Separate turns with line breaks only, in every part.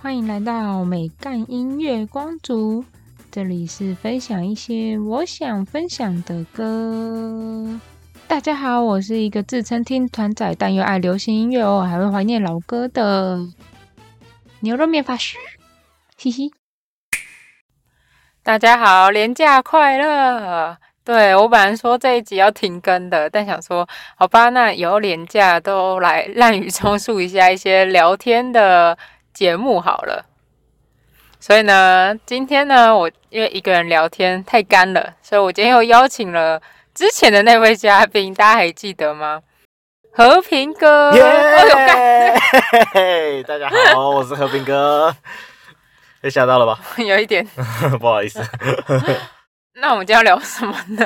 欢迎来到美干音乐光族，这里是分享一些我想分享的歌。大家好，我是一个自称听团仔，但又爱流行音乐哦，还会怀念老歌的牛肉面法师， 嘻嘻。
大家好，廉假快乐！对我本来说这一集要停更的，但想说好吧，那以后廉假都来滥竽充数一下一些聊天的节目好了。所以呢，今天呢，我因为一个人聊天太干了，所以我今天又邀请了之前的那位嘉宾，大家还记得吗？和平哥，
耶、
哎呦干
大家好，我是和平哥。 被吓到了吧？
有一点。
不好意思。
那我们今天要聊什么呢？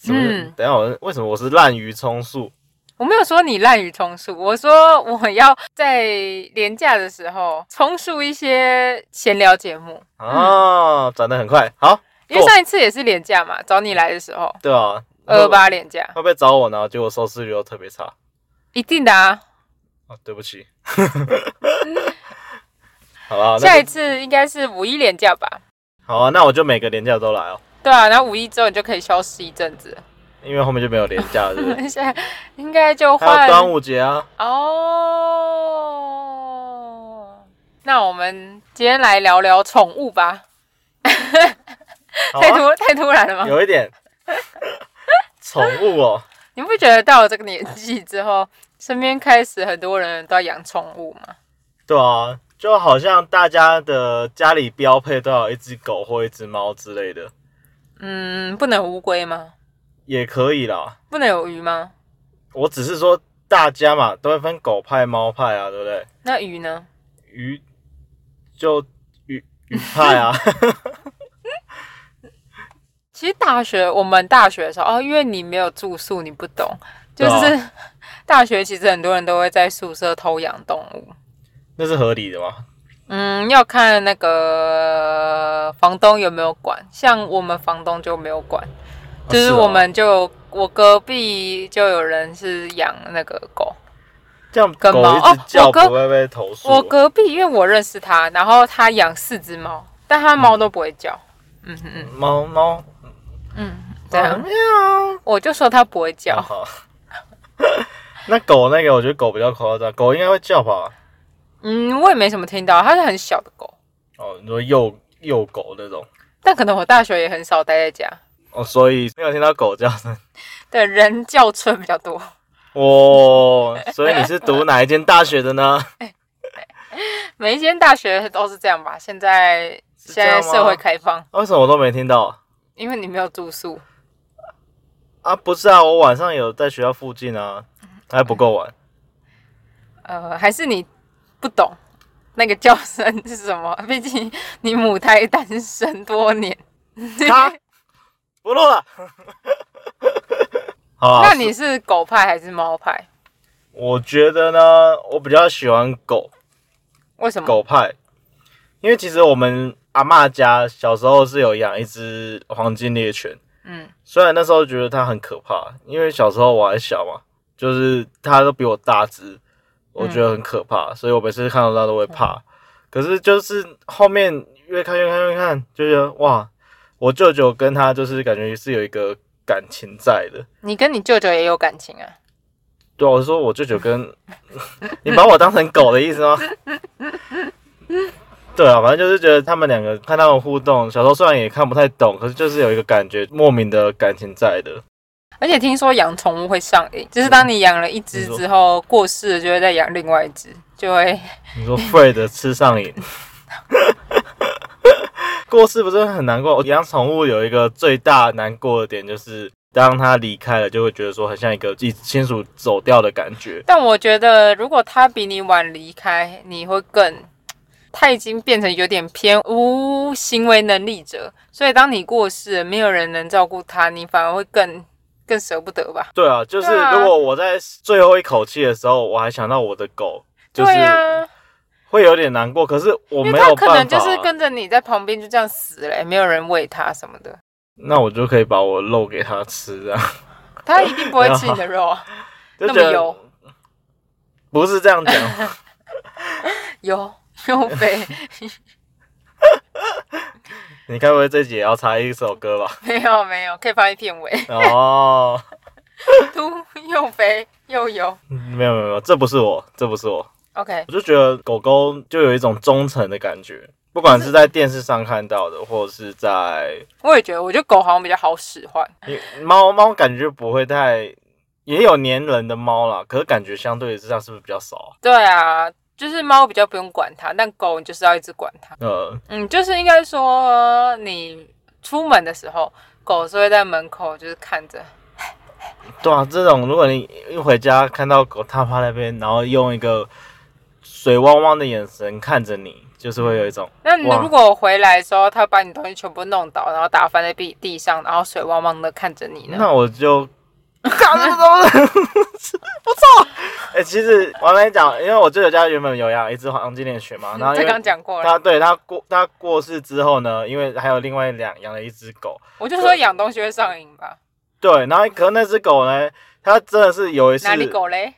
什么是
嗯
等一下我为什么我是滥竽充数？
我没有说你滥竽充数，我说我要在廉价的时候充数一些闲聊节目，
啊，转的很快。好，
因为上一次也是廉价嘛，找你来的时候
对啊，
二八廉价，
会不会找我呢？结果收视率又特别差。
一定的啊。
啊，对不起。 好了，
下
那
一
就
次应该是五一廉价吧？
好啊，那我就每个廉价都来哦，
对啊，然后五一之后你就可以消失一阵子，
因为后面就没有廉价了，对不对？
现在应该就
还有
换
端午节啊，
哦。那我们今天来聊聊宠物吧，
好
太
啊
突太突然了吗？
有一点宠物哦。
你不觉得到了这个年纪之后，身边开始很多人都要养宠物吗？
对啊，就好像大家的家里标配都要有一只狗或一只猫之类的，
嗯，不能有乌龟吗？
也可以啦。
不能有鱼吗？
我只是说大家嘛，都会分狗派、猫派啊，对不对？
那鱼呢？
鱼就鱼鱼 派啊，
其实大学我们大学的时候，哦，因为你没有住宿，你不懂，就
对啊
是、 大学其实很多人都会在宿舍偷养动物。
那是合理的嘛？
嗯，要看那个房东有没有管，像我们房东就没有管，
啊
就是
是哦
我们就、我隔壁就有人是养那个狗，
这样
跟
狗
猫
一直
哦我
叫
哥
不会被投诉。啊
我隔壁，因为我认识他，然后他养四只猫，但他猫都不会叫。嗯嗯嗯
猫猫
嗯，这
喵
样、我就说他不会
喵。
叫，
好。 那狗那个，我觉得狗比较夸张，狗应该会叫吧？
嗯，我也没什么听到，它是很小的狗，
哦，你说幼幼狗那种
但可能我大学也很少待在家，
哦，所以没有听到狗叫声。
对人叫春比较多。
哦，所以你是读哪一间大学 的呢？
每一间大学都是这样吧？现在
是
现
这样
在
吗
社会开放，
为什么我都没听到
因为你没有住宿，
啊？不是啊，我晚上有在学校附近啊，还不够 晚。
呃，还是你不懂那个叫声是什么？ 毕竟你母胎单身多年。
他不录了。 好 啊，
那你是狗派还是猫派？
我觉得呢，我比较喜欢狗
为什么？
狗派，因为其实我们阿嬷家小时候是有养一只黄金猎犬，
嗯，
虽然那时候觉得它很可怕，因为小时候我还小嘛，就是它都比我大只，我觉得很可怕，所以我每次看到它都会怕。可是就是后面越看越看越看，就觉得哇，我舅舅跟他就是感觉是有一个感情在的。
你跟你舅舅也有感情啊？
对啊、我是说我舅舅跟你把我当成狗的意思吗？ 对啊，反正就是觉得他们两个看他们互动，小时候虽然也看不太懂，可是就是有一个感觉，莫名的感情在的。
而且听说养宠物会上瘾，就是
嗯
当你养了一只之后过世了，就会再养另外一只，就会
你说 Fred 吃上瘾， 过世不是很难过？我养宠物有一个最大难过的点就是，当它离开了，就会觉得说很像一个一亲属走掉的感觉。
但我觉得，如果他比你晚离开，你会更，他已经变成有点偏无行为能力者，所以当你过世了，没有人能照顾他，你反而会更更舍不得吧？
对啊，就是
对啊
如果我在最后一口气的时候，我还想到我的狗，就是
对啊，
会有点难过。可是我
因
没
为他
有
可能
办法
就
啊、
是跟着你在旁边就这样死了、没有人喂他什么的，
那我就可以把我肉给它吃 啊，
他一 定不会吃你的肉啊。
就
那
觉
么
得
油
不是这样讲，
有， 又飞，
你该不会这集也要插一首歌吧？
没有没有，可以放一片尾，
哦，
嘟又飞又游
嗯没有没有没有，这不是我，这不是我，
，OK，
我就觉得狗狗就有一种忠诚的感觉，不管是在电视上看到的，或者是在
我也觉得，我觉得狗好像比较好使唤，
你猫猫感觉不会太，也有粘人的猫啦，可是感觉相对之下是不是比较少啊？
对啊，就是猫比较不用管它，但狗你就是要一直管它。
呃，
嗯，就是应该说你出门的时候，狗是会在门口就是看着，
对啊，这种如果你一回家看到狗它趴那边，然后用一个水汪汪的眼神看着你，就是会有一种
那你
哇
如果回来的时候，它把你东西全部弄倒，然后打翻在地地上，然后水汪汪的看着你呢？
那 我就干这么多人，不错。哎、其实我来讲，因为我舅舅家原本有养一只黄金猎犬嘛，然后
嗯
因
这
为
刚讲过了，
他对他过他过世之后呢，因为还有另外两养了一只狗，
我就说养东西会上瘾吧？
对，然后可是那只狗呢，它真的是有一次
哪里狗嘞？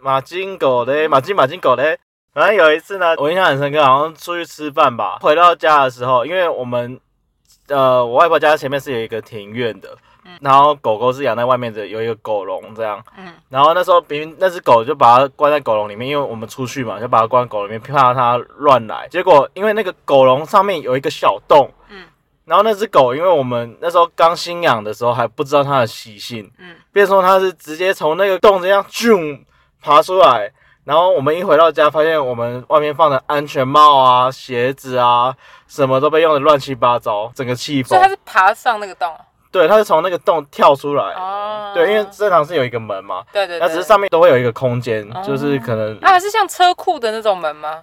马金狗嘞，马金马金狗嘞。反正有一次呢，我印象很深刻，好像出去吃饭吧，回到家的时候，因为我们呃我外婆家前面是有一个庭院的，
嗯
然后狗狗是养在外面的，有一个狗笼这样。
嗯，
然后那时候明明那只狗就把它关在狗笼里面，因为我们出去嘛，就把它关在狗笼里面，怕它乱来。结果因为那个狗笼上面有一个小洞，
嗯
然后那只狗因为我们那时候刚新养的时候还不知道它的习性，
嗯，
变成说它是直接从那个洞这样啾爬出来。然后我们一回到家，发现我们外面放的安全帽啊、鞋子啊，什么都被用的乱七八糟，整个气
所
疯
以它。是爬上那个洞啊
对，它是从那个洞跳出来。
哦。
对，因为正常是有一个门嘛，
对对对，
那只是上面都会有一个空间
哦，
就是可能
啊，是像车库的那种门吗？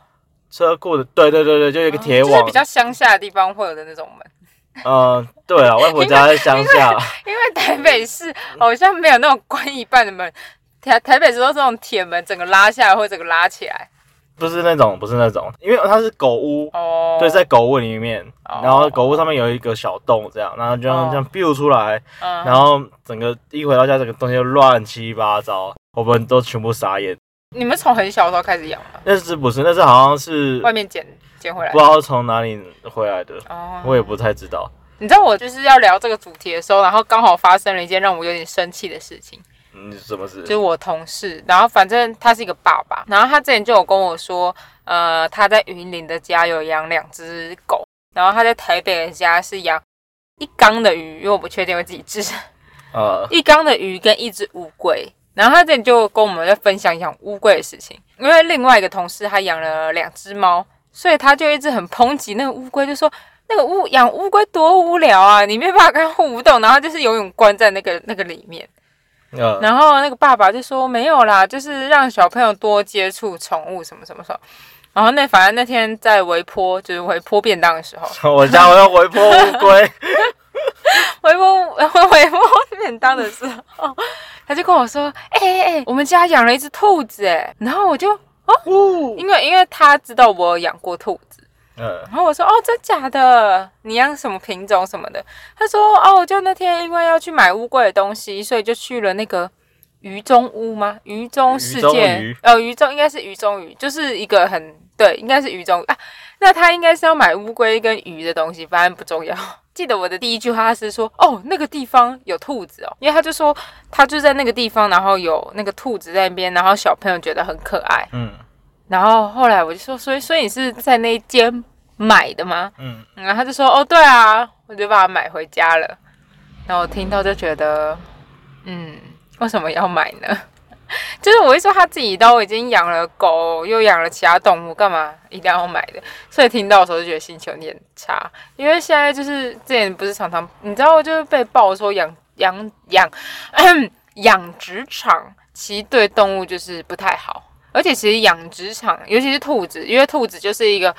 车库的，对对对对，就有一个铁
就
网
哦是比。较乡下的地方会有的那种门，
嗯，对 了，外婆家在乡下，
因为台北市好像没有那种关一半的门，台台北市都是那种铁门，整个拉下来或整个拉起来。
不是那种，不是那种，因为它是狗屋，
哦，
对，在狗屋里面，
哦
然后狗屋上面有一个小洞，这样，然后就这
哦
样这样 build 出来，
嗯，
然后整个一回到家，整个东西就乱七八糟，我们都全部傻眼。
你们从很小的时候开始养吗？
那只不是，那只好像是
哦外面捡捡回来
不知。道从哪里回来的，
哦，
我也不太知道。
你知道我就是要聊这个主题的时候，然后刚好发生了一件让我有点生气的事情。
嗯，什么
就
事
是？我同事，然后反正他是一个爸爸，然后他之前就有跟我说，呃，他在云林的家有养两只狗，然后他在台北的家是养一缸的鱼，因为我不确定有几只，
呃，
一缸的鱼跟一只乌龟。然后他之前就跟我们在分享养乌龟的事情，因为另外一个同事他养了两只猫，所以他就一直很抨击那个乌龟，就说那个乌养乌龟多无聊啊，你没办法跟它互动，然后就是永远关在那个那个里面。
呃，
然后那个爸爸就说没有啦，就是让小朋友多接触宠物什么什么什么。然后那反正那天在微波，就是微波便当的时候，
我家我要回坡乌龟。
微波 微波便当的时候，他就跟我说：“哎哎哎，我们家养了一只兔子哎。”然后我就
呜
因为因为他知道我有养过兔子，
嗯，
然后我说：“哦，真假的？你养什么品种什么的？”他说：“哦，就那天因为要去买乌龟的东西，所以就去了那个鱼中屋吗？鱼中世
鱼中
界
鱼？
呃，鱼中应该是鱼中鱼，就是一个很对，应该是鱼中啊。那他应该是要买乌龟跟鱼的东西，反正不重要。 记得我的第一句话是说：哦，那个地方有兔子哦，因为他就说他就在那个地方，然后有那个兔子在那边，然后小朋友觉得很可爱。
嗯
然后后来我就说，所以所以你是在那一间买的吗？”
嗯，
然后他就说：“哦，对啊，我就把它买回家了。”然后我听到就觉得，嗯，为什么要买呢？ 就是我会说他自己都已经养了狗，又养了其他动物，干嘛一定要买的？所以听到的时候就觉得心情有点差，因为现在就是之前不是常常你知道，就是被爆说养养养嗯养殖场其实对动物就是不太好，而且其实养殖场尤其是兔子，因为兔子就是一个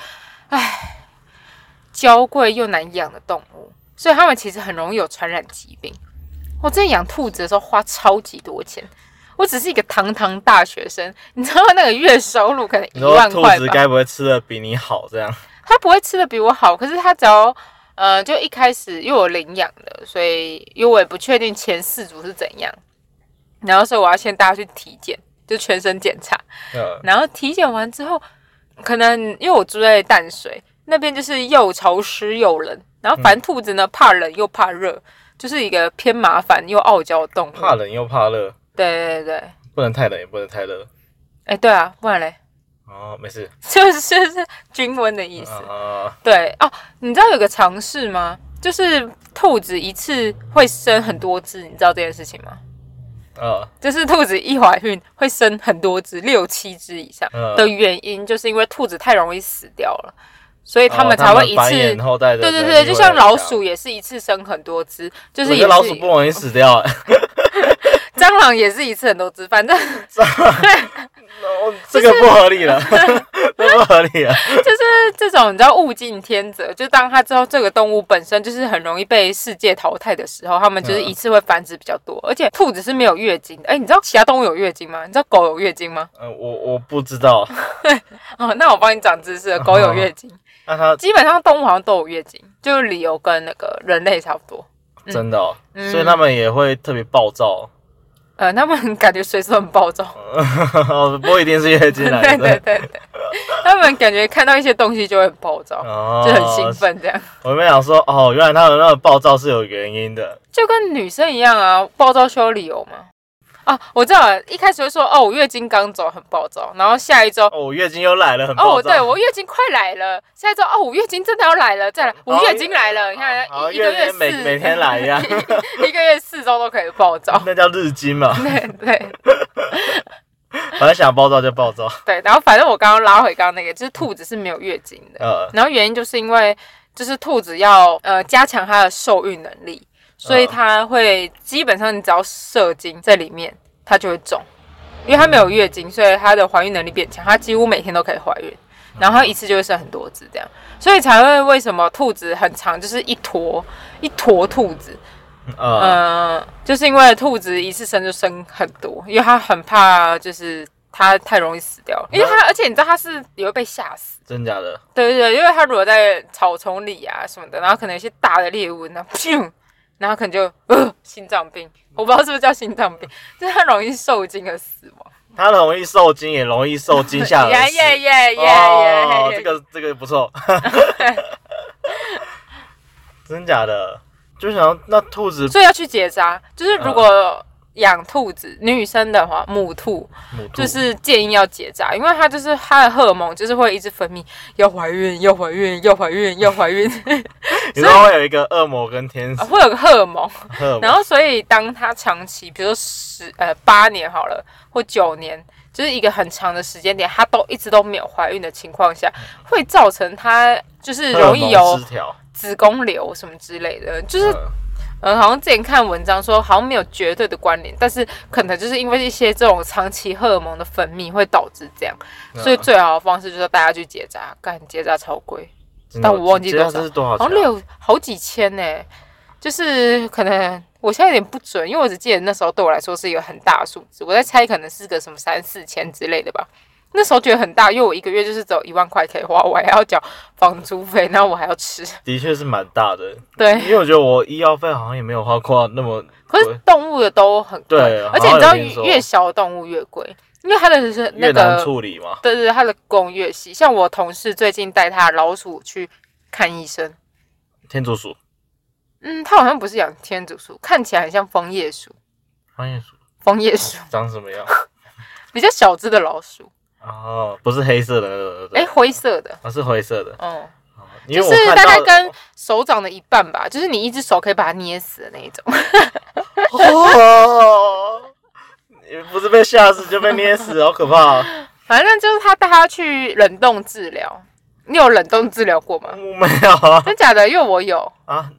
娇贵又难养的动物，所以它们其实很容易有传染疾病。我之前养兔子的时候花超级多钱，我只是一个堂堂大学生，你知道那个月收入可能
你
一
说
万
兔
块
子
吧。
该不会吃的比你好这样？
它不会吃的比我好，可是它只要呃，就一开始因为我领养的，所以因为我也不确定前四组是怎样，然后所以我要先带它去体检，就全身检查，
嗯
然后体检完之后，可能因为我住在淡水那边，就是又潮湿又冷，然后反正兔子呢怕冷又怕热，就是一个偏麻烦又傲娇的动物。
怕冷又怕热，
对对对对，
不能太冷也不能太热。
哎，对啊，不然嘞，
哦，没事。
就是就是均温的意思。
啊，
对哦，你知道有个常识吗？就是兔子一次会生很多只，你知道这件事情吗？
啊，
就是兔子一怀孕会生很多只，六七只以上
嗯
的原因，就是因为兔子太容易死掉了，所以它
哦
们才会一
繁
次
衍。后代的
对
能力
对
会很强。
对，就像老鼠也是一次生很多只，就
我觉得，
是也是
老鼠不容易死掉、欸。
蟑螂也是一次很多只，反正
哦这个不合理了，这不合理了。
就是这种你知道物竞天择，就当它知道这个动物本身就是很容易被世界淘汰的时候，它们就是
嗯
一次会繁殖比较多，而且兔子是没有月经的。哎，你知道其他动物有月经吗？你知道狗有月经吗？
嗯，我我不知道。
哦，那我帮你长知识了，狗有
哦
月经。
那它
基本上动物好像都有月经，就是理由跟那个人类差不多。
真的、哦，
嗯
所以他们也会特别暴躁，
呃，他们感觉随时都很暴躁，
哦不一定是月经
对
来
对
的。
对对，他们感觉看到一些东西就会很暴躁，
哦，
就很兴。奋这样，
我们想说，哦，原来他们那个暴躁是有原因的。
就跟女生一样啊，暴躁需要理由嘛。啊，我知道了，一开始会说哦，我月经刚走很暴躁，然后下一周
哦，我月经又来了，很
哦，
暴躁。
对我月经快来了，下一周哦，我月经真的要来了，再来，我
哦
月经来了，你看
好
一一个
月
月
经每
四
每天来一样
一个月四周都可以暴躁，
那叫日经嘛，
对对。
反正想暴躁就 暴躁。
对，然后反正我刚刚拉回刚刚那个，就是兔子是没有月经的，
呃，
然后原因就是因为就是兔子要呃加强它的受孕能力，所以
嗯
它会基本上你只要射精在里面，它就会中，因为它没有月经，所以它的怀孕能力变强，它几乎每天都可以怀孕。然后它一次就会生很多只这样，所以才会为什么兔子很长，就是一坨一坨兔子，
呃，
嗯，就是因为兔子一次生就生很多，因为它很怕，就是它太容易死掉了。因为它，而且你知道它是也会被吓死，
真假的？
对对对，因为它如果在草丛里啊什么的，然后可能有一些大的猎物，然后砰，然后可能就呃心脏病，我不知道是不是叫心脏病， 就是它容易受惊而死亡。
它容易受惊，也容易受惊吓 而
耶
死。
耶耶耶
哦，
耶！
这个这个 不错，真假的？就想那兔子
所以要去结扎，就是如果养兔子，女生的话，母兔。
嗯母兔
就是建议要结扎，因为它就是它的荷尔蒙就是会一直分泌，又怀孕又怀孕又怀孕又怀 孕，
你知道会有一个恶魔跟天使
啊，会有个荷尔蒙。
荷 尔蒙
然后所以当它长期，比如说十呃八年好了，或九年，就是一个很长的时间点，它都一直都没有怀孕的情况下，会造成它就是
嗯荷尔
容
蒙
易有
失调，
子宫瘤什么之类的，就是
嗯
呃，好像之前看文章说，好像没有绝对的关联，但是可能就是因为一些这种长期荷尔蒙的分泌会导致这样，
嗯
所以最好的方式就是大家去结扎，干结扎超贵，
真的
但我忘记
这样
多少
是多
好
少钱
像
啊？
六好几千呢、就是可能我现在有点不准，因为我只记得那时候对我来说是一个很大的数字，我在猜可能是个什么三四千之类的吧。那时候觉得很大，因为我一个月就是只有一万块可以花，我还要缴房租费，然后我还要 吃，
的确是蛮大的，
对。
因为我觉得我医药费好像也没有花过那么
可是动物的都很贵，
对
而且你知
好
道
像有听说
越小的动物越贵，因为它的是那
越南
个，
处理嘛。
对对，对它的工越细。像我同事最近带他的老鼠去看医生，
天竺鼠、
嗯，他好像不是养天竺鼠，看起来很像枫叶鼠，
番叶鼠
枫叶鼠
长什么样？
比较小只的老鼠，
哦，不是黑色的那个，对不对
哎，灰色的，
哦是灰色的，
嗯，
哦因
就
为我
是
看
大
到
概跟手掌的一半吧，就是你一只手可以把它捏死的那一种。
哦，你不是被吓死就被 捏死，好可怕哦！
反正就是他带他去冷冻治疗，你有冷冻治疗过吗？
我没有啊
真假的？因为我有。
啊，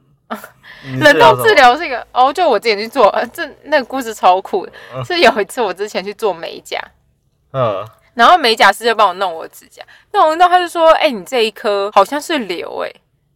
你
冷冻治
什么
疗是一个哦，就我之前去做，呃这那个故事超酷的，是有一次我之前去做美甲，
嗯，
然后美甲师就帮我弄我指甲，弄完之后他就说，哎、你这一颗好像是瘤、哎，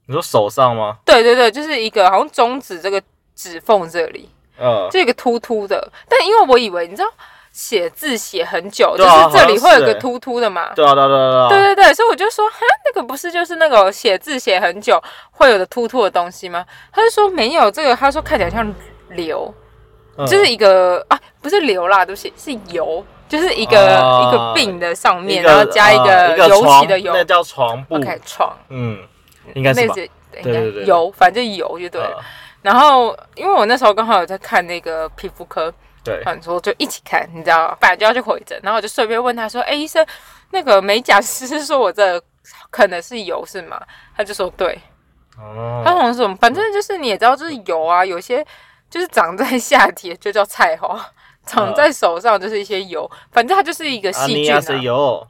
你说手上吗？
对对对，就是一个好像中指这个指缝这里
嗯，
就有一个突突的，但因为我以为你知道写字写很久，就
对啊
是这里会有
好像是
个
哎
突突的嘛，
对啊，对啊，对啊，
对对对，所以我就说，哈，那个不是就是那个写字写很久会有的突突的东西吗？他就说没有，这个他说看起来像瘤。
嗯
就是一个啊，不是瘤啦，对不起，是油，就是一个、
啊
一个病的上
一
面，
个
然后加一
呃
个
一个
油
床
漆的油
那叫床布，
，OK 床，
嗯，应该是
那
吧？
是应
对对
该
对
油，反正就油就对了。
呃
然后因为我那时候刚好有在看那个皮肤科，
对，
然后说就一起看，你知道吧，本来就要去回诊，然后我就顺便问他说：“哎，医生，那个美甲师说我这可能是油是吗？”他就说：“对。”他好
哦，
像是什么，反正就是你也知道，就是油啊，有些就是长在下体就叫菜花，
嗯
长在手上就是一些油，反正它就是一个
阿
细
尼
菌、
亚是
啊，
有，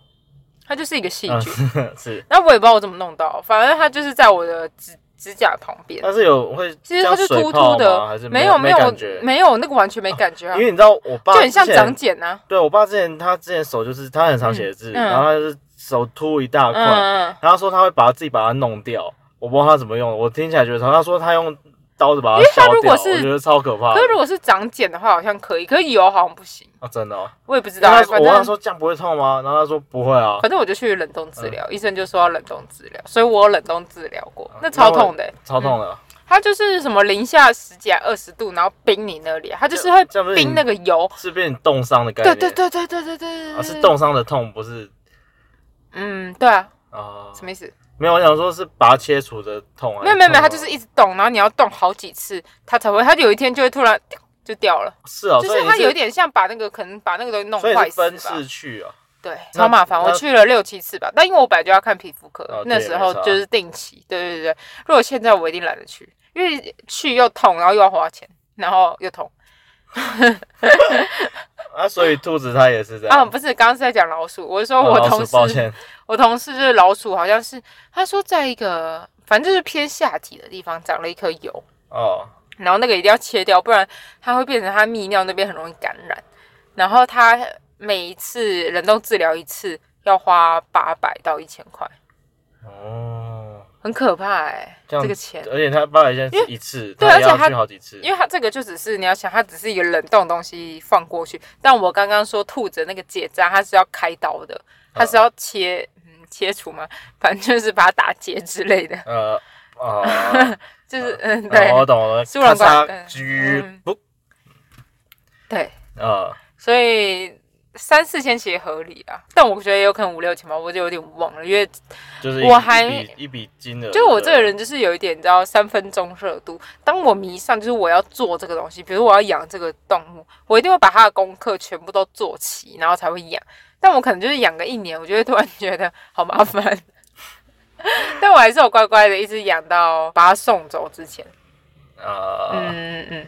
它就是一个细
嗯
菌。
是，
那、我也不知道我怎么弄到，反正它就是在我的指指甲旁边。
但是有会
其实它就
这样
凸
呃水
凸
泡吗
的
还是，
没
有
没
没
有
感觉，
没有那个完全没感觉啊
因，为你知道我爸
就很像
之前
长茧啊呐、
对我爸之前他之前手就是他很常写字，
嗯嗯
然后他就是手凸一大
啊。
块，
嗯嗯，
然后他说他会把他自己把它弄掉，我不知道他怎么用，我听起来觉得他他说他用刀子把它
因为他
削掉，
如果是
我觉得超可怕
可
的
是如果是长茧的话，好像可以，可是油好像不行，
啊，真的、哦。
我也不知道
然后
啊。
他说
反
我问他
正
说这样不会痛吗？然后他说不会啊，嗯
反正我就去冷冻治疗，医生就说要冷冻治疗，所以我有冷冻治疗过，
啊
那超痛的欸、
超痛的。
它就是什么零下十几二十度，然后冰你那里啊，它就是会
这样不是
冰那个油。
是被你冻伤的概
对
念，
对对对对对对对，
啊，是冻。伤的痛，不是
嗯，对啊，
啊，
什么意思？
没有，我想说是拔切除的痛啊，
没有没有没有，它
痛吗
就是一直动，然后你要动好几次，它才会，它有一天就会突然就掉了，
是哦，
就
所以
是
你
它有一，点像把那个可能把那个东西弄
所以
坏
是
死
分
吧
次。去啊，
对，
那
超麻烦，我
那
去了六七次吧。但因为我本来就要看皮肤科
哦，
那
对
时
没
候
差
就是定期。对对对对，如果现在我一定懒得去，因为去又痛，然后又要花钱，然后又痛。
啊，所以兔子它也是这 样
啊，不是，刚刚是在讲老鼠，我是说
哦
我
老鼠
同事，
抱歉，
我同事就是老鼠，好像是他说在一个反正就是偏下体的地方长了一颗疣，
哦，
然后那个一定要切掉，不然它会变成它泌尿那边很容易感染。然后他每一次冷冻治疗一次要花八百到一千块，
哦，
很可怕哎、
这样
个钱。
而且它八百现在
因为
是一次，
对
它
而
也
且
要
它
去好几次
因，为它这个就只是你要想，它只是一个冷冻东西放过去。但我刚刚说兔子那个结扎，它是要开刀的，它是要切，嗯，切除嘛，反正就是把它打结之类的，
呃，啊，
就是嗯， 对、
哦我懂 了，
输卵
咔
管
嚓
嗯
居
嗯
不，
对，
啊，
所以三四千其实合理啊，但我觉得也有可能五六千吧，我就有点忘了，因为
就是一
我还
一笔一笔金额，
就我这个人就是有一点，你知道，三分钟热度。当我迷上，就是我要做这个东西，比如我要养这个动物，我一定会把它的功课全部都做齐，然后才会养。但我可能就是养个一年，我就会突然觉得好麻烦。 但我还是有乖乖的，一直养到把它送走之前。
啊，
嗯嗯嗯，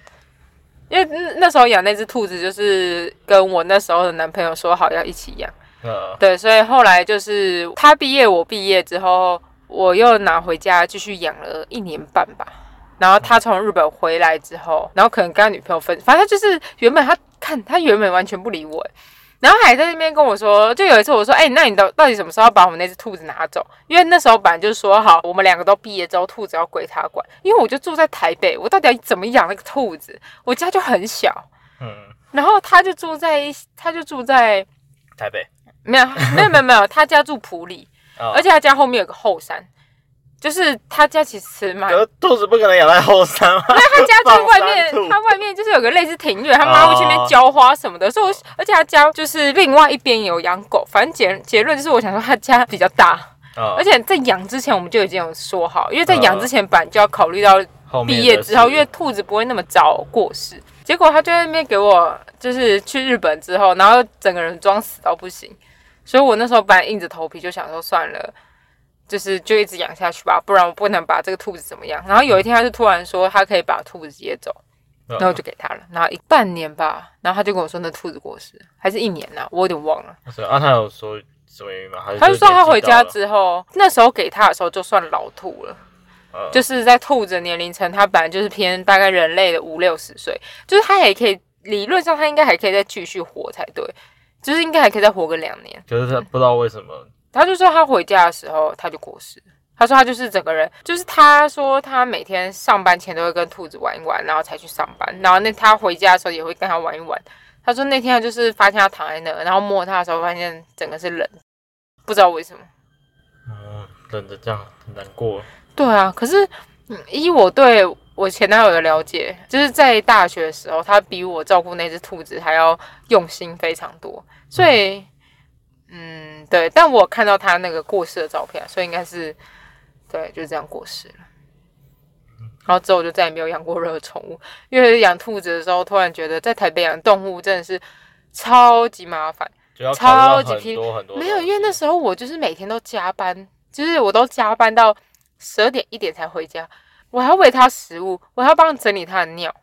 因为那那时候养那只兔子，就是跟我那时候的男朋友说好要一起养。
呃
对，所以后来就是他毕业，我毕业之后，我又拿回家继续养了一年半吧。然后他从日本回来之后，然后可能跟他女朋友分，反正他就是原本他看他原本完全不理我，欸然后还在那边跟我说，就有一次我说，哎、那你到到底什么时候要把我们那只兔子拿走？因为那时候本来就说好，我们两个都毕业之后，兔子要归他管，因为我就住在台北，我到底要怎么养那个兔子？我家就很小，
嗯，
然后他就住在一他就住在
台北，
没有，没有，没有，没有，他家住普里，
啊
而且他家后面有个后山，就是他家其实蛮，
可是兔子不可能养在后山嘛，
他家就是外面
放山，兔
他外面就是有个类似庭院，他妈会去那边浇花什么的，所以我，而且他家就是另外一边有养狗，反正结结论就是，我想说他家比较大，
啊
而且在养之前我们就已经有说好，因为在养
嗯
之前本来就要考虑到
后面
毕
的
业之后，
是
因为兔子不会那么早过世。结果他就在那边给我，就是去日本之后，然后整个人装死到不行，所以我那时候本来硬着头皮就想说算了，就是就一直养下去吧，不然我不能把这个兔子怎么样。然后有一天他就突然说他可以把兔子接走，
嗯
然后我就给他了，然后一半年吧，然后他就跟我说那兔子过世还是一年啊，我有点忘了。
是啊，他有说什么原因吗？还是
他就说他回家
只
之后，那时候给他的时候就算老兔了。
嗯
就是在兔子的年龄层，它本来就是偏大概人类的五六十岁，就是它也可以理论上它应该还可以再继续活才对，就是应该还可以再活个两年。
可是他不知道为什么，
他就说他回家的时候他就过世，他说他就是整个人，就是他说他每天上班前都会跟兔子玩一玩，然后才去上班，然后那他回家的时候也会跟他玩一玩。他说那天他就是发现他躺在那，然后摸他的时候发现整个是冷，不知道为什么。
嗯，真的这样很难过。
对啊，可是嗯依我对我前男友的了解，就是在大学的时候，他比我照顾那只兔子还要用心非常多，所以，嗯，对，但我看到他那个过世的照片啊，所以应该是，对，就这样过世了。然后之后我就再也没有养过任何宠物，因为养兔子的时候，突然觉得在台北养动物真的是超级麻烦，
就要考
超
虑
级
到
疲
很多很多
没有，因为那
东西
时候我就是每天都加班，就是我都加班到十二点一点才回家，我还要喂它食物，我还要帮它整理它的尿，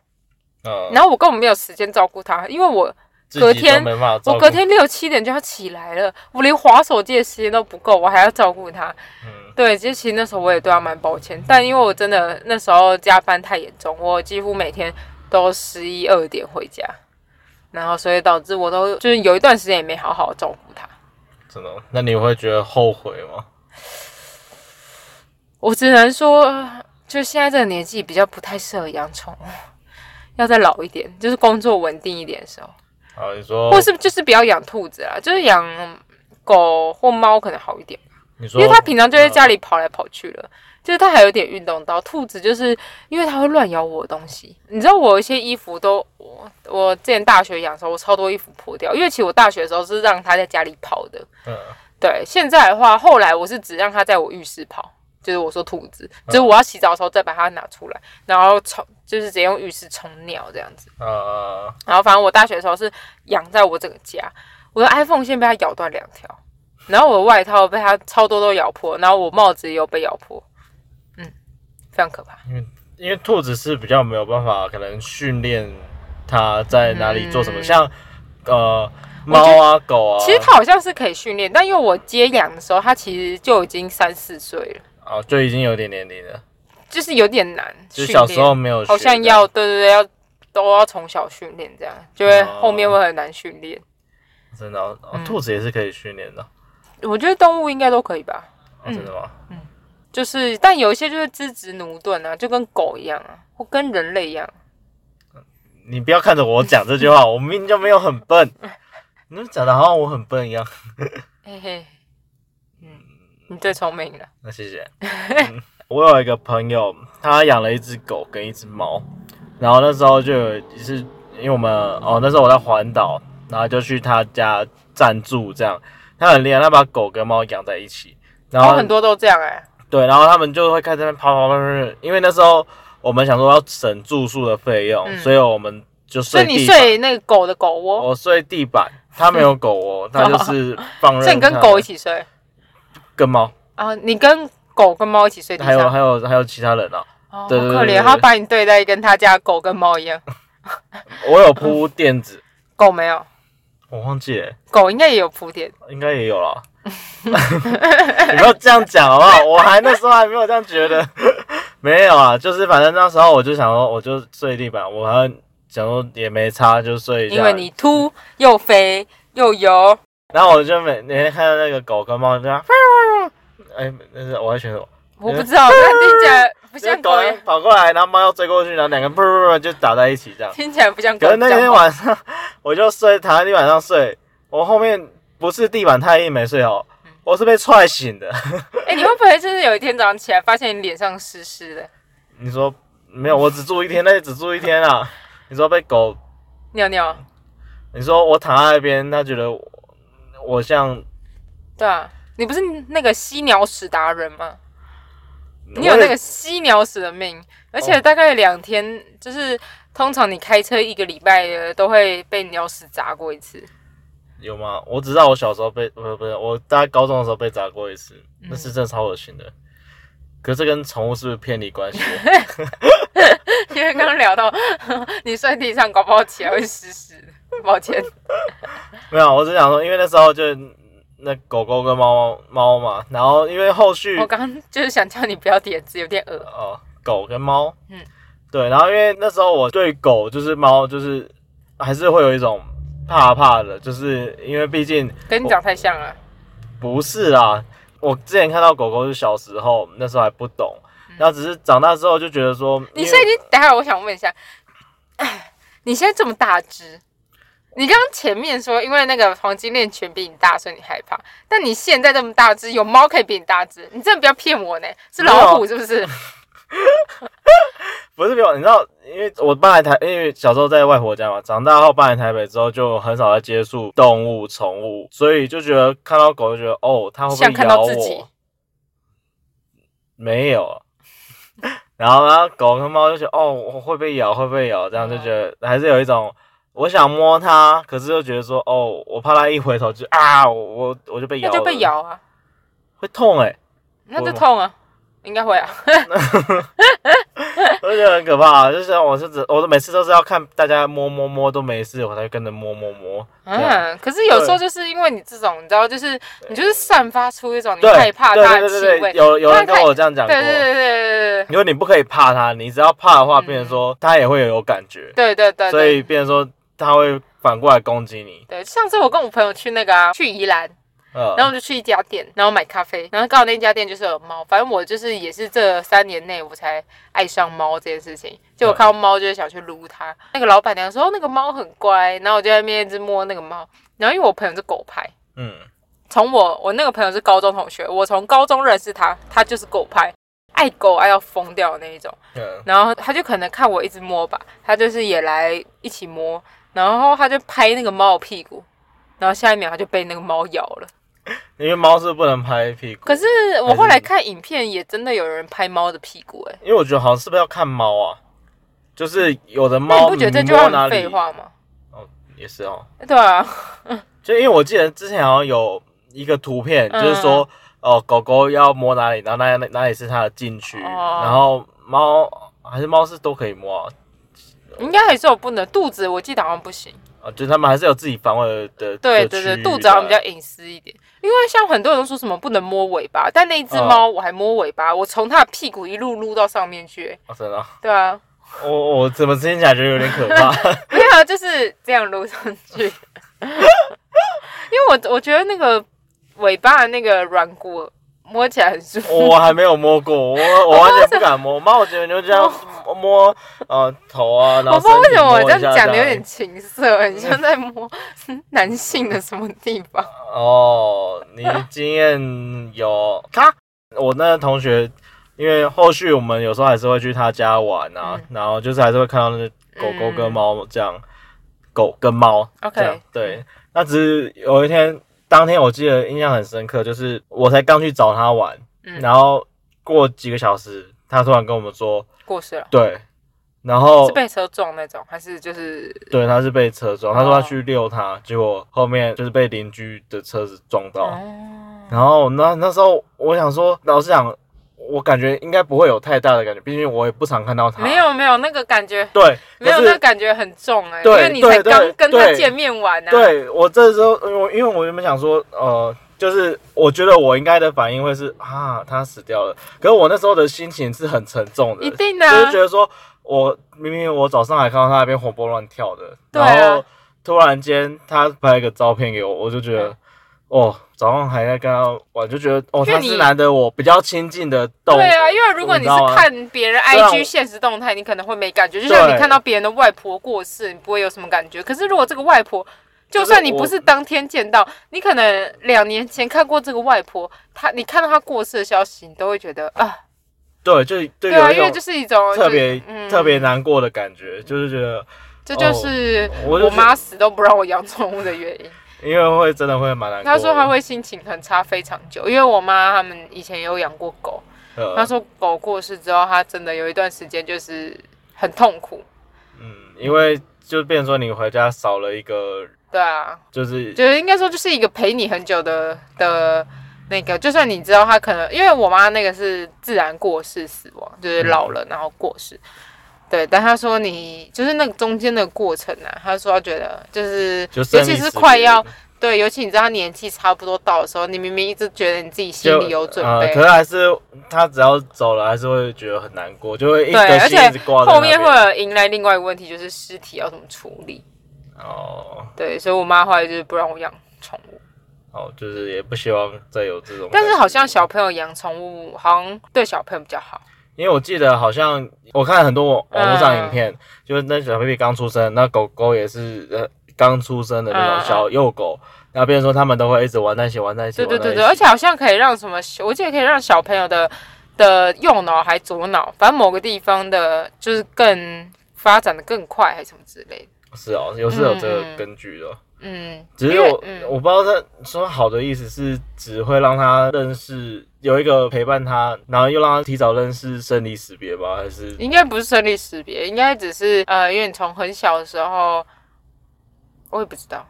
嗯，
然后我根本没有时间照顾它，因为我
自己
隔
都
天
没办法照
我
顾
隔天六七点就要起来了，我连划手机的时间都不够，我还要照顾它。
嗯
对，其实其实那时候我也对他蛮抱歉，但因为我真的那时候加班太严重，我几乎每天都十一二点回家，然后所以导致我都就是有一段时间也没好好照顾它。
真的，那你会觉得后悔吗？
我只能说，就现在这个年纪比较不太适合养宠物，要再老一点，就是工作稳定一点的时候，
啊，你说
或是就是不要养兔子啦，就是养狗或猫可能好一点，
你说，
因为它平常就在家里跑来跑去了。就是它还有点运动到，兔子就是因为它会乱咬我的东西。你知道我有一些衣服都我我之前大学养的时候，我超多衣服破掉，因为其实我大学的时候是让它在家里跑的，
嗯，
对，现在的话，后来我是只让它在我浴室跑，就是我说兔子，
嗯
就是我要洗澡的时候再把它拿出来，然后冲，就是直接用浴室冲尿这样子。
嗯啊，
然后反正我大学的时候是养在我整个家，我的 iPhone 线被它咬断两条，然后我的外套被它超多都咬破，然后我帽子也有被咬破，嗯，非常可怕。
哦因为兔子是比较没有办法，可能训练它在哪里做什么，
嗯
像呃
我觉得
猫啊狗啊，
其实它好像是可以训练，但因为我接养的时候，它其实就已经三四岁了，
啊就已经有点年龄了，
就是有点难
就
训
是
练。
小时候没有学的，
好像要对对对，要都要从小训练，这样就会
哦
后面会很难训练。
真的哦、哦
嗯
兔子也是可以训练的，
我觉得动物应该都可以吧，
哦真
嗯
的吗？
就是但有一些就是资质驽钝啊，就跟狗一样啊，或跟人类一样。
你不要看着我讲这 句话，我明明就没有很笨，你们讲的好像我很笨一样。
嘿嘿，嗯，你最聪明了。
那谢 谢。嗯我有一个朋友，他养了一只狗跟一只猫，然后那时候就有一次，因为我们哦那时候我在环岛，然后就去他家暂住这样。他很厉害，他把狗跟猫养在一起，然
然
后
后很多都这样哎、
对，然后他们就会开始在那边跑跑跑跑跑，因为那时候我们想说要省住宿的费用，
嗯
所以我们就
所
睡
以你
地板。
睡那个狗的狗窝，
我睡哦地板，他没有 狗窝，他就是放任。
所以你跟狗一，起睡
跟猫，
啊？你跟狗跟猫一起睡地
还有
上，
还有还有其他人啊，
哦，好
对对对
可
对
怜，
对
他把你对待跟他家狗跟猫一样。
我有铺垫子，
狗没有，
我忘记了，
狗应该也有铺垫。
应该也 有啦。你不要这样讲好不好？我还那时候还没有这样觉得， 没有啊，就是反正那时候我就想说，我就睡地板，我还想说也没差，就睡一下。
因为你秃又肥又油，
然后我就每每天看到那个狗跟猫，就这样，哎，那是我还选什么？
我不知道，但听起来不
就
像
哎狗啊
狗耶，
跑过来，然后猫要追过去，然后两个噗噗噗就打在一起这样。
听起来不像狗
可是那
讲
天
话。
晚上， 我就睡躺在地板上睡，我后面不是地板太硬没睡好，
嗯
我是被踹醒的。
哎、你会不会就是有一天早上起来，发现你脸上湿湿的，
你说没有，我只住一天，那就只住一天啊。你说被狗，
尿尿？
嗯你说我躺在那边，他觉得我我像
对啊，你不是那个犀鸟屎达人吗？你
我
有
也哦
那个犀鸟屎的命，而且大概两天，就是通常你开车一个礼拜呃都会被鸟屎砸过一 次。
有吗？我只知道我小时候被不是不是，我大概高中的时候被砸过一次，
嗯
那是真的超恶心的。可是这跟宠物是不是偏离关系？
因为刚刚聊到 你睡地上，搞不好起来会湿湿的，抱歉。
没有，我只想说，因为那时候就那狗狗跟猫猫嘛，然后因为后续
我刚刚就是想叫你不要点字，有点恶
呃狗跟猫，
嗯，
对，然后因为那时候我对狗就是猫就是还是会有一种怕怕的，就是因为毕竟
跟你长太像了。
不是啦，我之前看到狗狗是小时候那时候还不懂，然后只是长大之后就觉得说，
嗯你
因为
现在已经，等一下我想问一下，你现在这么大只，你刚刚前面说因为那个黄金链圈比你大，所以你害怕，但你现在这么大只，有猫
啊
可以比你大只，你真的不要骗我呢？是老虎是不是？
不是没有，你知道，因为我搬来台，因为小时候在外婆家嘛，长大后搬来台北之后，就很少在接触动物、宠物，所以就觉得看到狗就觉得，哦，它会不
像
会
看
咬
到自己
我？没有。 然后，然后狗跟猫就觉得，哦，我会被咬，会被咬，这样就觉
嗯
得还是有一种，我想摸它，可是又觉得说，哦，我怕它一回头就啊，我我我就被
那
咬，
就被，咬啊，
会痛哎、欸
那就
会吗
痛啊，应该会啊。
我就觉得很可怕，就是我是只，我每次都是要看大家摸摸摸都没事，我才跟着摸摸摸。这样
嗯，可是有时候就是因为你这种，你知道，就是你就是散发出一种你
对，
害怕
对
它
对
的
对
气
对
味
对，，有有人跟我这样
对对对对对
讲过，
对
因为你不可以怕它，你只要怕的话，
嗯
变成说它也会有感觉，
对对对，
所以变成说它会反过来攻击你。
对，上次我跟我朋友去那个啊，去宜兰，
呃
然，后我们就去一家店，然后买咖啡，然后刚好那家店就是有猫，反正我就是也是这三年内我才爱上猫这件事情，就我看到猫就是想去撸它。那个老板娘说、哦那个猫很乖，然后我就在那边一直摸那个猫，然后因为我朋友是狗派。
嗯，
从我我那个朋友是高中同学，我从高中认识他，他就是狗派，爱狗爱到疯掉的那一种。
嗯
然后他就可能看我一直摸吧，他就是也来一起摸，然后他就拍那个猫的屁股，然后下一秒他就被那个猫咬了。
因为猫是不能拍屁股，
可是我后来看影片，也真的有人拍猫的屁股、欸，哎，
因为我觉得好像是不是要看猫啊？就是有的
那
猫，
你不觉得这句
摸
话
哪
很
里
废？话吗？
也是哦，
对啊，
就因为我记得之前好像有一个图片，
嗯
就是说哦，狗狗要摸哪里，然后那那哪里是它的禁区，
哦
然后猫还是猫是都可以摸啊，
应该还是有不能肚子，我记得好像不行。
啊，就是他们还是有自己防卫的
对
的
对
区
对，
域
肚子好像比
的
较隐私一点，因为像很多人都说什么不能摸尾巴，但那一只猫
嗯
我还摸尾巴，我从它的屁股一路撸到上面去、欸
哦真的哦，
对啊，
我我怎么听起来觉得有点可怕？
没有，就是这样撸上 去。因为我我觉得那个尾巴的那个软骨摸起来很舒服。
我还没有摸过，我我完全不敢摸。猫，我觉得就这样摸，呃，头啊，然
哦我
后
不知道为
身
什么我
体摸
这
一下
样
这
讲的有
样
点情色，很像在摸 男性的什么地 方。
哦，你经验有咔？我那个同学，因为后续我们有时候还是会去他家玩啊，
嗯
然后就是还是会看到那狗狗跟猫这样，狗跟猫
嗯 OK
这样对。那只是有一天，当天我记得印象很深刻，就是我才刚去找他玩，
嗯
然后过几个小时，他突然跟我们说，
过世了，
对，然后
是被车撞那种，还是就是
对他是被车撞，他说
哦
他去遛他，结果后面就是被邻居的车子撞到。
哦，
然后那那时候我想说，老实讲，我感觉应该不会有太大的感觉，毕竟我也不常看到他。
没有没有那个感觉，
对，
没有
可
那
是
感觉很重哎，因
对
为你才
对对
刚跟他
对
见面完啊。
对我这时候，我因为我原本想说，呃，就是我觉得我应该的反应会是啊，他死掉了。可是我那时候的心情是很沉重的，
一定的
就
啊
是觉得说我明明我早上还看到他那边活蹦乱跳的，
对啊
然后突然间他拍一个照片给我，我就觉得。
嗯
哦，早上还在跟他玩，就觉得哦，
因为
他
你
是难得我比较亲近的动物。
对啊，因为如果你
你知道
是
吗
看别人
虽然
IG
我
现实动态，你可能会没感觉，就像你
对
看到别人的外婆过世，你不会有什么感觉。可是如果这个外婆，就算你
我
不是当天见到，你可能两年前看过这个外婆，她你看到她过世的消息，你都会觉得啊，
对，就对
对
有
啊，
一
因为
种
就是一种
特别、
嗯
特别难过的感觉，就是觉得
这就是
我就
我
觉
妈死都不让我养宠物的原因。
因为会真的会蛮难过
她
的。
说她会心情很差非常久，因为我妈他们以前有养过狗，
呃，
她说狗过世之后，她真的有一段时间就是很痛苦。
嗯，因为就变成说你回家少了一个，
对啊，
就是
就是应该说就是一个陪你很久的的那个，就算你知道他可能，因为我妈那个是自然过世死亡，就是老了
嗯
然后过世。对，但他说你就是那个中间的过程啊，他说他觉得就是，
就生
尤
离
其是
死别
快要对，尤其你知道他年纪差不多到的时候，你明明一直觉得你自己心
就
里有准
呃
备，
可是还是他只要走了，还是会觉得很难过，就会一
对，
个
而
心
且
一直挂在
后
那
面
边。
会有迎来另外一个问题，就是尸体要怎么处理。
哦
对，所以我妈后来就是不让我养宠物。
哦，就是也不希望再有这种感觉。
但是好像小朋友养宠物，好像对小朋友比较好。
因为我记得好像我看很多网
嗯
网络上影片，就是那小 baby 刚出生，那狗狗也是呃刚出生的那
嗯嗯
种小幼狗，然后变成说他们都会一直玩在一起，玩在一起，
对对对
玩在
对，
一
而
起
且好像可以让什么小，我记得可以让小朋友的的右脑还左脑，反正某个地方的，就是更发展的更快，还是什么之类的。
是哦，有是有这个根据的。
嗯，
只是
因为
我、
嗯
我不知道他说好的意思是只会让他认识有一个陪伴他，然后又让他提早认识生离死别吧，还是
应该不是生理识别，应该只是呃，因为你从很小的时候，我也不知道，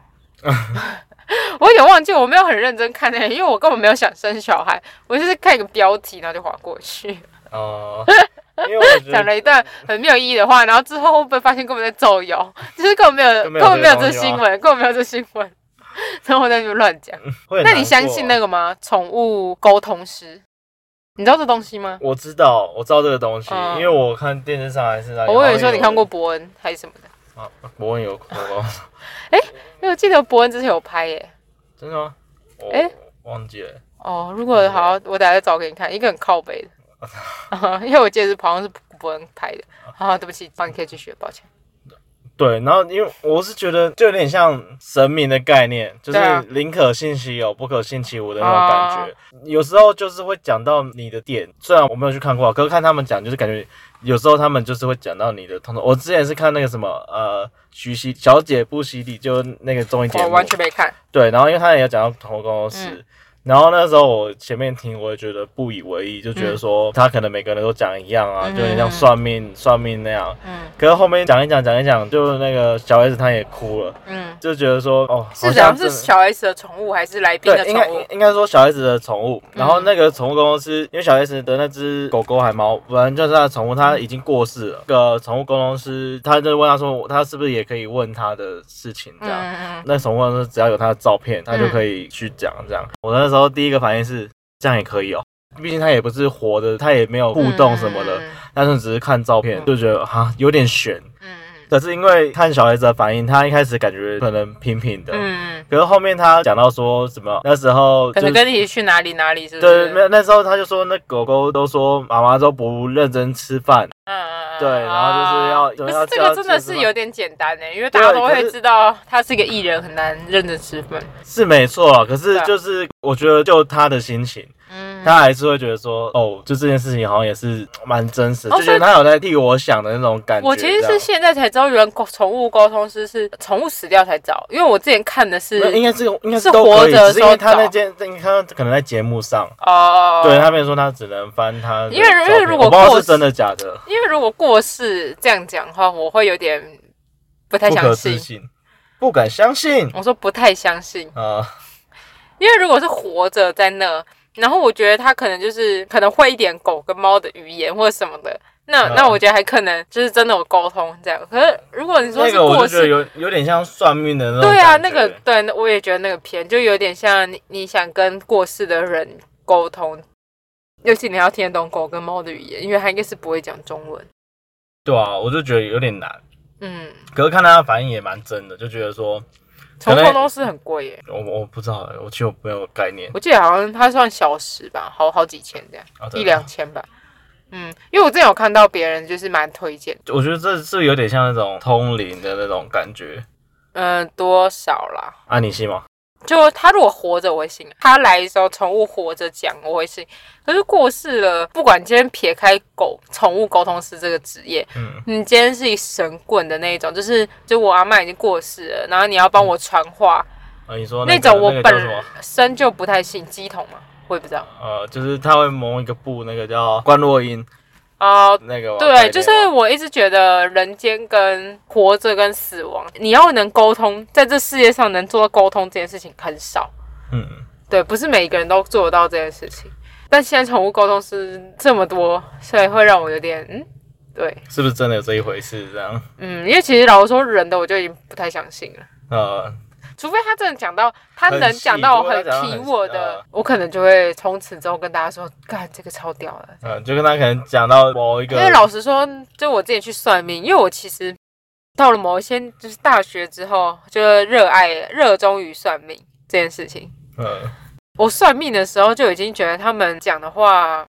我有点忘记，我没有很认真看那个，因为我根本没有想生小孩，我就是看一个标题，然后就划过去，
哦，因为我觉
讲
得
了一段很没有意义的话，然后之后会不会发现根本在造谣， 就是根本没有
根本没有
根本没有
这
这
个东西
新
吗
闻，根本没有这新闻， 然后我在那边乱讲。
会很
那
难
你
过啊
相信那个吗？宠物沟通师，你知道这东西吗？
我知道我知道这个东西，
嗯
因为我看电视上还是哪里，
我
哎好
有
像
说你看过伯恩还是什么的，
啊，我问有看 过，
因为我记得伯恩之前有拍耶、
真的吗？我
哎
忘记了，
哦，如果好，我等下再找给你看，一个很靠北的， 啊因为我记得是好像是伯恩拍的。啊，对不起，帮你可以继续，抱歉。
对，然后因为我是觉得就有点像神明的概念，就是
对啊
宁可信其有，不可信其无的那种感觉。有时候就是会讲到你的点，虽然我没有去看过，啊可是看他们讲，就是感觉有时候他们就是会讲到你的痛痛。我之前是看那个什么呃，徐熙小姐不洗礼，就那个综艺节
我
目，
哦完全没看，
对，然后因为他也有讲到同工公司。
嗯
然后那时候我前面听，我也觉得不以为意，就觉得说他可能每个人都讲一样啊，
嗯
就有点像算命算命那样。
嗯
可是后面讲一讲讲一讲，就那个小 S 她也哭了，
嗯，
就觉得说哦，
是
好
怎样？
像
是
真的
小 S 的宠物还是来宾的
对，应
宠
该
物？
应该说小 S 的宠物，然后
嗯
那个宠物公司，因为小 S 的那只狗狗还猫，反正就是它的宠物，它已经过世了。那个宠物公司，他就问他说，他是不是也可以问他的事情这
嗯
样？
嗯
那宠物公司只要有他的照片，他就可以去讲这
嗯
样。我那时候第一个反应是，这样也可以哦，毕竟他也不是活的，他也没有互
嗯，
动什么的，
嗯
但是只是看照片就觉得哈有点悬。
嗯嗯
可是因为看小孩子的反应，他一开始感觉可能平平的，
嗯，嗯
可是后面他讲到说什么那时候
可
就
能嗯
是
跟你一起去哪里哪里是不
对，
是？
没有那时候他就说那狗狗都说妈妈都不认真吃饭，
嗯，嗯
对然后就是要
不
要
是这个
要
真的
吃
是
饭
有点简单呢，因为大家
对
都
可
会
是
知道他是一个艺人，很难认真吃饭。
是没错啊。可是
对
就是我觉得就他的心情，
嗯，
他还是会觉得说哦，就这件事情好像也是蛮真实，
哦
就觉
所
得
以
他有在替我想的那种感觉。
我其实
这
是
样
现在才知道，原来宠物沟通师是宠物死掉才找，因为我之前看的是
没有应该是应该
是
都
活
可以，
着的
只是
时
因
候
为他那
找
件，因为他可能在节目上，
哦，
对啊他们说他只能翻他的照
因
片，
为如因为如果
我不知道
过
是真的假的，
因为如果过世这样讲的话，我会有点不太
不可
相
置
信。
信，不敢相信
我说不太相信，
啊。
因为如果是活着在那，然后我觉得他可能就是可能会一点狗跟猫的语言或者什么的，那、
嗯
那我觉得还可能就是真的有沟通这样。可是如果你说
那
是
个我
过
就觉得
世
有有点像算命的那种感
对
觉。
啊，那个对，那我也觉得那个片就有点像你你想跟过世的人沟通，尤其你要听得懂狗跟猫的语言，因为它应该是不会讲中文。
对啊，我就觉得有点难。
嗯，
可是看他的反应也蛮真的，就觉得说，
宠物
可能
沟通师很贵耶，
我我不知道欸，我其实我没有概念。
我记得好像它算小时吧，好好几千这样，
啊对
一两千吧。嗯，因为我之前有看到别人就是蛮推荐，
我觉得这是有点像那种通灵的那种感觉。
嗯，多少啦？
啊，你信吗？
就他如果活着我会信，他来的时候宠物活着讲我会信，可是过世了，不管今天撇开狗宠物沟通师这个职业，
嗯，
你今天是以神棍的那一种，就是就我阿妈已经过世了，然后你要帮我传话、
啊，你说
那
个
种，我
那个叫
本
什么？
身就不太信鸡桶嘛，我也不知道
呃，就是他会蒙一个布，那个叫观落音，
哦。
那个吗概
对，
念
就是
吗
我一直觉得人间跟活着跟死亡，你要能沟通，在这世界上能做到沟通这件事情很少。
嗯，
对，不是每一个人都做得到这件事情。但现在宠物沟通师这么多，所以会让我有点嗯，对，
是不是真的有这一回事？这样，
嗯，因为其实老实说，人的我就已经不太相信了。
呃，
除非他真的讲到，他
很
能
细
讲到
如果他
很
讲到
提
很
我
细
的
啊，
我可能就会从此之后跟大家说，干这个超屌的。
嗯，就跟他可能讲到某一个，
因为老实说，就我之前去算命，因为我其实到了某一些就是大学之后，就热爱热衷于算命这件事情。
嗯，
我算命的时候就已经觉得他们讲的话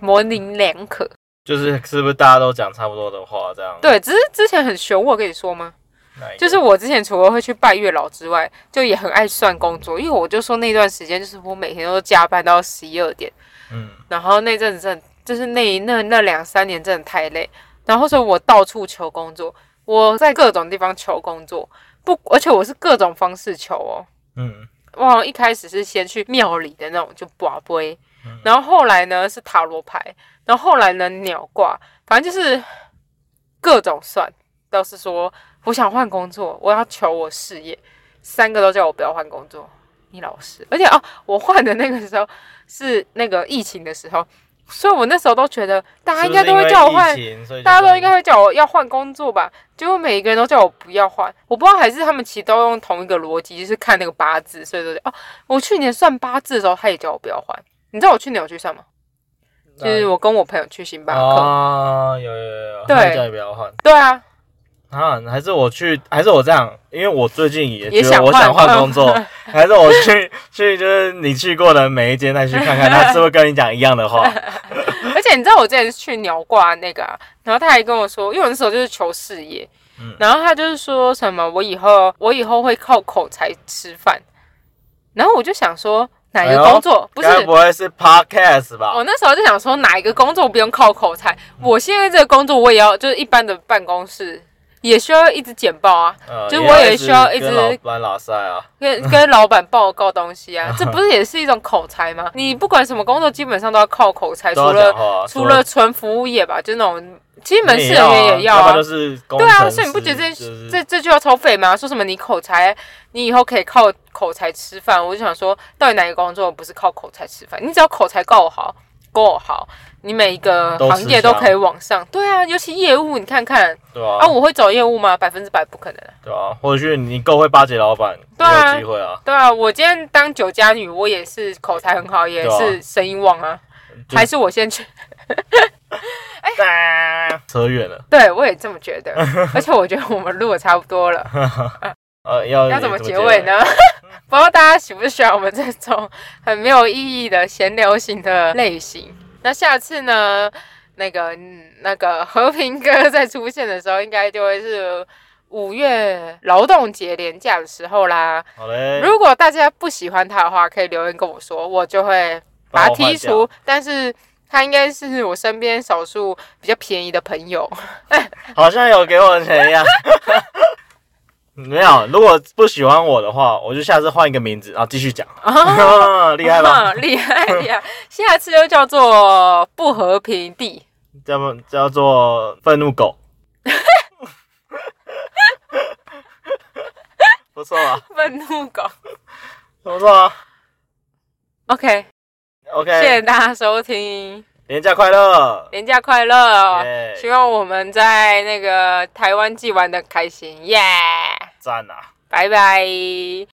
模棱两可，
就是是不是大家都讲差不多的话这样？
对，只是之前很玄，我有跟你说吗？
哪一个，
就是我之前除了会去拜月老之外，就也很爱算工作，因为我就说那段时间就是我每天都加班到十一二点，
嗯。
然后那阵子真的就是那那那两三年真的太累，然后所以我到处求工作，我在各种地方求工作，不，而且我是各种方式求哦。
嗯，
我好像一开始是先去庙里的那种就卜龟，
嗯
然后后来呢是塔罗牌，然后后来呢鸟卦，反正就是各种算。倒是说我想换工作，我要求我事业，三个都叫我不要换工作。你老实，而且啊，我换的那个时候是那个疫情的时候，所以我那时候都觉得大家应该都会叫我换
是不是因为疫情所以就
大家都
是
应该会叫我要换工作吧？结果每一个人都叫我不要换，我不知道还是他们其实都用同一个逻辑，就是看那个八字，所以都哦。我去年算八字的时候，他也叫我不要换。你知道我去年有去算吗？就是我跟我朋友去星巴克。
哦，有有有有，
对
那叫你不要换
对啊，
啊！还是我去，还是我这样，因为我最近也
也
觉
想嗯
得我
换
想换工作， 还是我去 去就是你去过的每一间再去看 看，他是不是跟你讲一样的话？
而且你知道我之前去鸟挂那个、啊，然后他还跟我说，因为我那时候就是求事业，
嗯
然后他就是说什么我以后我以后会靠口才吃饭，然后我就想说哪一
哎
个
呦
工作、不是哦
该不会是 podcast 吧？
我那时候就想说，哪一个工作不用靠口才？
嗯
我现在这个工作，我也要就是一般的办公室，也需要一直简报啊，
呃
就我也
一
需要一
直跟
直
老板拉塞啊，
跟跟老板报告东西啊，这不是也是一种口才吗？你不管什么工作，基本上都要靠口才，除
都要讲
了
话啊，
除了纯服务业吧，就那种其实门
你
市
也
人
要
员
啊
也要
要
啊
不然就。是工
对啊，
程
所以你不觉得这、
师就是
这这就要收费吗？说什么你口才，你以后可以靠口才吃饭？我就想说，到底哪个工作不是靠口才吃饭？你只要口才够好，够好，你每一个
都吃
行业都
香
可以往上。对啊，尤其业务，你看看
对啊
啊，我会走业务吗？百分之百不可能啊。
对啊，或者是你够会巴结老板，
对啊
你有机会啊，
对啊，我今天当酒家女，我也是口才很好，也
对啊嗯
是生意旺啊。
就
还是我先去， 哎
扯远了。
对我也这么觉 得。而且我觉得我们录的差不多了。
呃，要
要怎么结尾？ 呢？不知道大家喜不喜欢我们这种很没有意义的闲聊型的类型。那下次呢，那个嗯那个和平哥 在出现的时候，应该就会是五月劳动节连假的时候啦。
好嘞，
如果大家不喜欢他的话，可以留言跟我说，我就会把他
帮我换
剔除。但是他应该是我身边少数比较便宜的朋友。
好像有给我钱一样。 没有，如果不喜欢我的话，我就下次换一个名字，然后继续讲。
啊
厉害吧？
厉害厉害！下次又叫做不和平地。
叫不叫做愤 怒狗？不错啊，
愤怒狗。
不错啊。
OK，谢
OK，
谢大家收听，
年假快乐！
年假快乐哦
耶
希望我们在那个台湾季玩的开心，耶、
赞啊！
拜拜。